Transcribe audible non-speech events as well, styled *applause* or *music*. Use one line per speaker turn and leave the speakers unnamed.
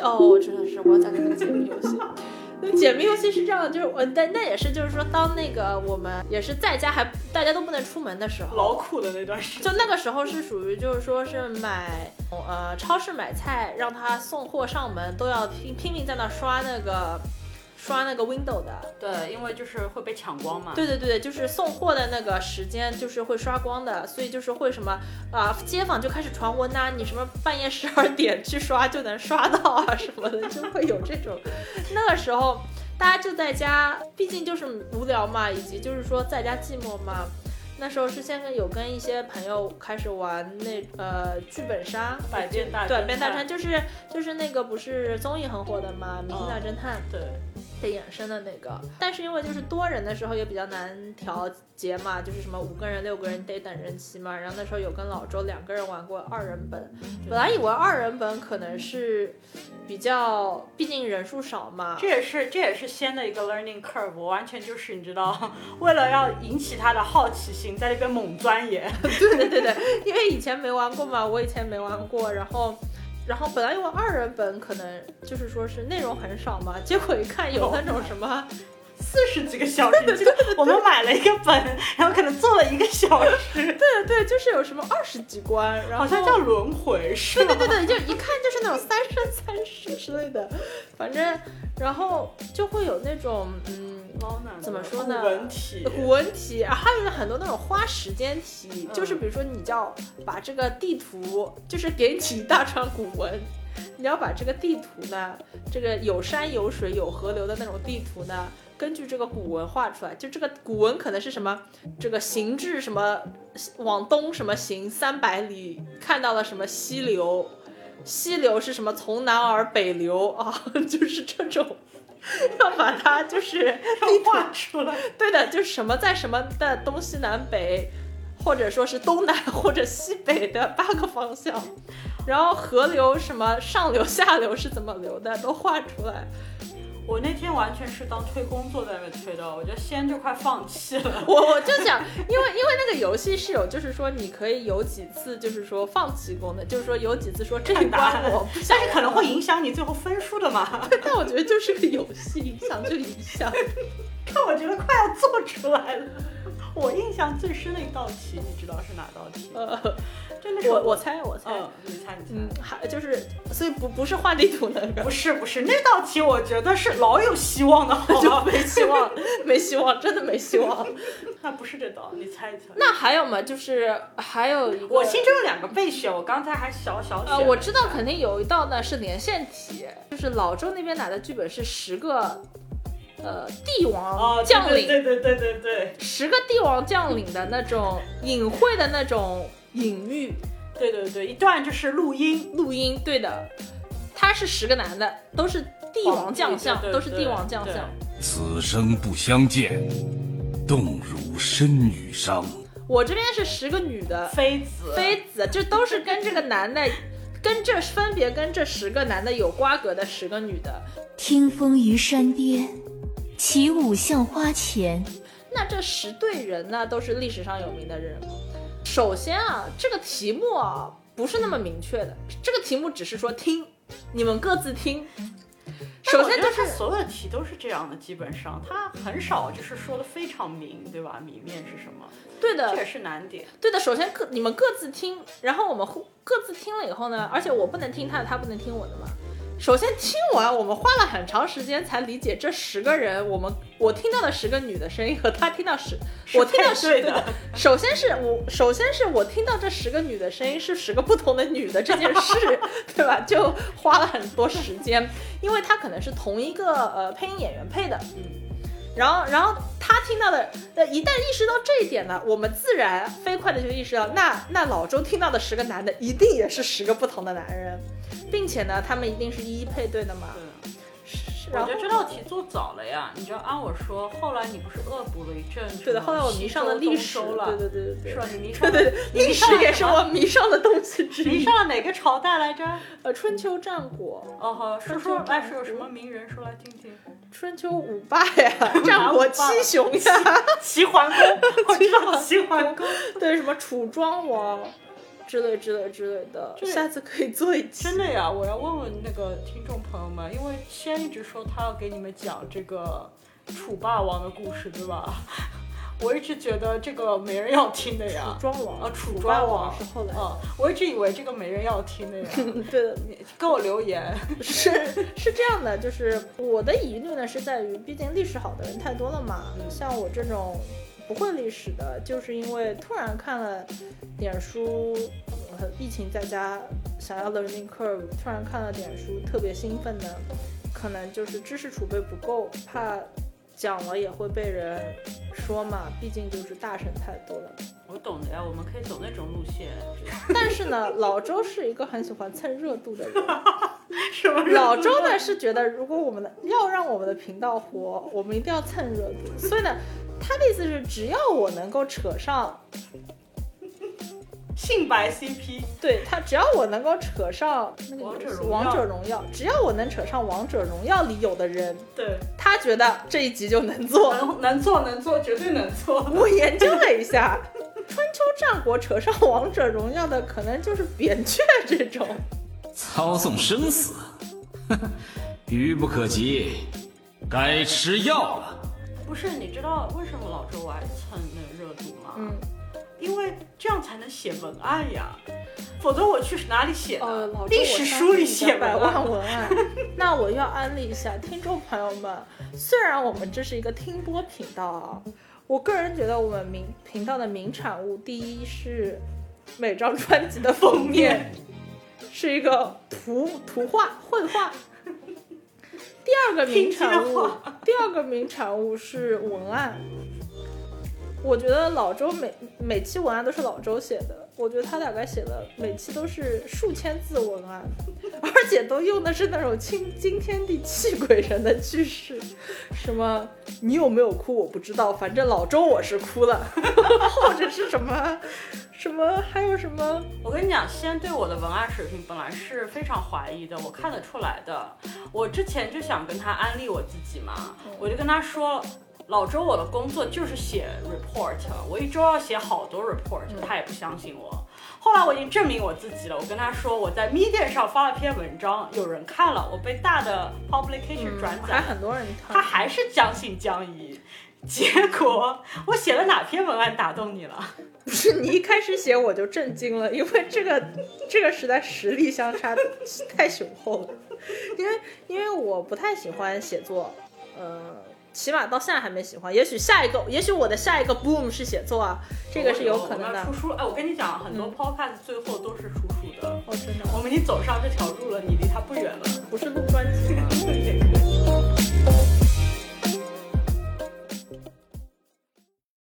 哦，真的是我在看解密游戏。那解密游戏是这样的，就是我，但那也是，就是说，当那个我们也是在家还大家都不能出门的时候，
老苦的那段时间。
就那个时候是属于就是说是买呃超市买菜，让他送货上门，都要拼拼命在那刷那个刷那个 window 的。
对，因为就是会被抢光嘛。
对对对，就是送货的那个时间就是会刷光的，所以就是会什么啊、街坊就开始传闻呐、你什么半夜十二点去刷就能刷到啊什么的，就会有这种。那个时候大家就在家，毕竟就是无聊嘛，以及就是说在家寂寞嘛。那时候是先跟有跟一些朋友开始玩那呃剧本杀，
百变大
短篇大
侦
战就是就是那个不是综艺很火的嘛，《名侦探侦探》
探对，
的衍生的那个，但是因为就是多人的时候也比较难调节嘛，就是什么五个人、六个人得等人齐嘛。然后那时候有跟老周两个人玩过二人本，本来以为二人本可能是比较，毕竟人数少嘛
这。也是这也是先的一个 learning curve，我完全就是你知道， *laughs* 为了要引起他的好奇心，在那边猛钻研。
*laughs* 对对对对，因为以前没玩过嘛，我以前没玩过，然后。然后本来以为二人本可能就是说是内容很少嘛，结果一看有那种什么 *laughs*
四十几个小时，你记得我们买了一个本，然后可能做了一个小时，
对对，就是有什么二十几关，然后
好像叫轮回是
对
吗？
对对对，就一看就是那种三生三世之类的，反正然后就会有那种嗯。
猫呢
怎么说呢
古文体，
古文题，啊还有很多那种花时间题，就是比如说你要把这个地图，就是给你一大串古文，你要把这个地图呢，这个有山有水有河流的那种地图呢，根据这个古文画出来。就这个古文可能是什么，这个行至什么往东什么行三百里，看到了什么溪流，溪流是什么从南而北流啊， *laughs* 就是这种。要把它就是
要画出来，
对的，就是什么在什么的东西南北，或者说是东南或者西北的八个方向，然后河流什么上流下流是怎么流的都画出来。
我那天完全是当推工作在那边推的，我觉得先就快放弃 *laughs* 了。
我我就想，因为因为那个游戏是有，就是说你可以有几次就是说放弃功能，就是说有几次说这一
看答
关
案
我不想
但，是可能会影响你最后分数的嘛，
但我觉得就是个游戏，影响就影响。
但 *laughs* 我觉得快要做出来了。我印象最深的一道题，你知道是哪道题？
呃，
真的是
我我猜我猜，
嗯，你猜你猜。
嗯，还就是所以不不是画地图那个
不。是不是，那道题我觉得是老有希望的，好
就 *laughs*
*laughs* 吗？
没希望，没希望，真的没希
*laughs*
望。
那不是这道，你猜一猜。
那还有吗？就是还有一个，
我心中有两个备选，我刚才还小小选。
呃，我知道肯定有一道呢是连线题，就是老周那边打的剧本是十个，呃，帝
哦
王，
对
将领，
对对对对对
十个帝王将领的那种隐晦的那种隐喻
对对对，一段就是录音，
录音，对的，他是十个男的，都是帝王将相，
对对对
都是帝王将相。
此生不相见，动如参与商。
我这边是十个女的，
妃子，
妃子，就都是跟这个男的，跟这分别跟这十个男的有瓜葛的十个女的。
听风于山边，起舞向花前。
那这十对人呢，都是历史上有名的人。首先啊，这个题目啊不是那么明确的，这个题目只是说听，你们各自听。首先就
但我觉得
是
他所有题都是这样的，基本上他很少就是说的非常明，对吧？明面是什么？
对的
这，也是难点。
对的。首先各你们各自听，然后我们互各自听了以后呢，而且我不能听他的，他不能听我的嘛。首先听完，我们花了很长时间才理解这十个人，我们我听到的十个女的声音和他听到十，我听到
是
十
*laughs* 对
个
的，
首先是我，首先是我听到这十个女的声音是十个不同的女的这件事，对吧？ *laughs* 就花了很多时间，因为她可能是同一个呃配音演员配的，
嗯，
然后然后她听到的，呃，一旦意识到这一点呢，我们自然飞快的就意识到，那那老周听到的十个男的一定也是十个不同的男人，并且呢，他们一定是一一配对的嘛。
对。
然
我
后
觉得这道题做早了呀，你知道，按我说，后来你不是恶补了一阵什么西周，
对的，后来我迷上了历史，
东周了，
对对对对
是
对
吧？。
*laughs*
你迷上
对对，
了
对
你
历
迷
史
上了
也
什
是
么
我迷上的东西之
迷
一。
上了哪个朝代来着？
*laughs* 呃，春秋战国，
哦吼，说说，
春秋
哎，说有
嗯
什么名人，说来听
*laughs*
听。
春秋五霸呀， *laughs* 战国七雄呀， *laughs*
齐桓公，我知道齐桓公。
对，什么楚庄王、之类之类之类的，
对
下次可以做一期
真。的呀，我要问问那个听众朋友们，因为先一直说他要给你们讲这个楚霸王的故事，对吧？ *laughs* 我一直觉得这个没人要听的呀。
装王
啊，楚
霸
庄
王
王
是后来，
嗯，我一直以为这个没人要
*laughs*
听的呀。
对的，
你给我留言，
是是这样的，就是我的疑虑呢是在于，毕竟历史好的人太多了嘛，
嗯
像我这种不会历史的，就是因为突然看了点书，呃，疫情在家想要 learning curve，突然看了点书，特别兴奋的，可能就是知识储备不够，怕讲了也会被人说嘛，毕竟就是大神太多了。
我懂的呀，我们可以走那种路线。
但是呢，老周是一个很喜欢蹭热度的人。
*laughs* 什么
老周呢是觉得，如果我们的要让我们的频道火，我们一定要蹭热度。所以呢，他的意思是，只要我能够扯上，
性白 CP，
对他，只要我能够扯上那个
王者
游戏
荣耀
王者荣耀，只要我能扯上王者荣耀里有的人，
对，
他觉得这一集就能做。
能能做能做，绝对能做。
*laughs* 我研究了一下，春秋战国扯上王者荣耀的，可能就是扁鹊这种。
操纵生死， *laughs* 愚不可及，该吃药了。
不是，你知道为什么老周爱蹭那热度吗？
嗯，
因为这样才能写文案呀，否则我去哪里写呢？
哦，老周
历
我
史
相
书
信
里
你
写
的百
文案
万文案。那我要安利一下听众朋友们，虽然我们这是一个听播频道啊，我个人觉得我们名频道的名产物，第一是每张专辑的封面是一个图图画绘画。第二个名产
听
物
见话，
第二个名产物是文案。我觉得老周每每期文案都是老周写的，我觉得他大概写了每期都是数千字文案， *laughs* 而且都用的是那种惊惊天地泣鬼神的句式，什么你有没有哭我不知道，反正老周我是哭了， *laughs* 或者是什么什么还有什么
我跟你讲，西安对我的文案水平本来是非常怀疑的，我看得出来的。我之前就想跟他安利我自己嘛，
嗯
我就跟他说，老周我的工作就是写 report，我一周要写好多 report，他
嗯
也不相信我。后来我已经证明我自己了，我跟他说我在 Medium 上发了篇文章，有人看了，我被大的 publication 转
嗯
载
还
了，
很多人
他
看，
还是将信将疑。结果我写了哪篇文案打动你了？
不是你一开始写我就震惊了，因为这个这个实在实力相差 *laughs* 太雄厚了，因为因为我不太喜欢写作，呃，起码到现在还没喜欢，也许下一个，也许我的下一个 boom 是写作啊，这个是有可能的嗯
我们要。出书，哎，我跟你讲，很多 podcast 最后都是出书的。
哦，真的。
我们已经走上这条路了，你离它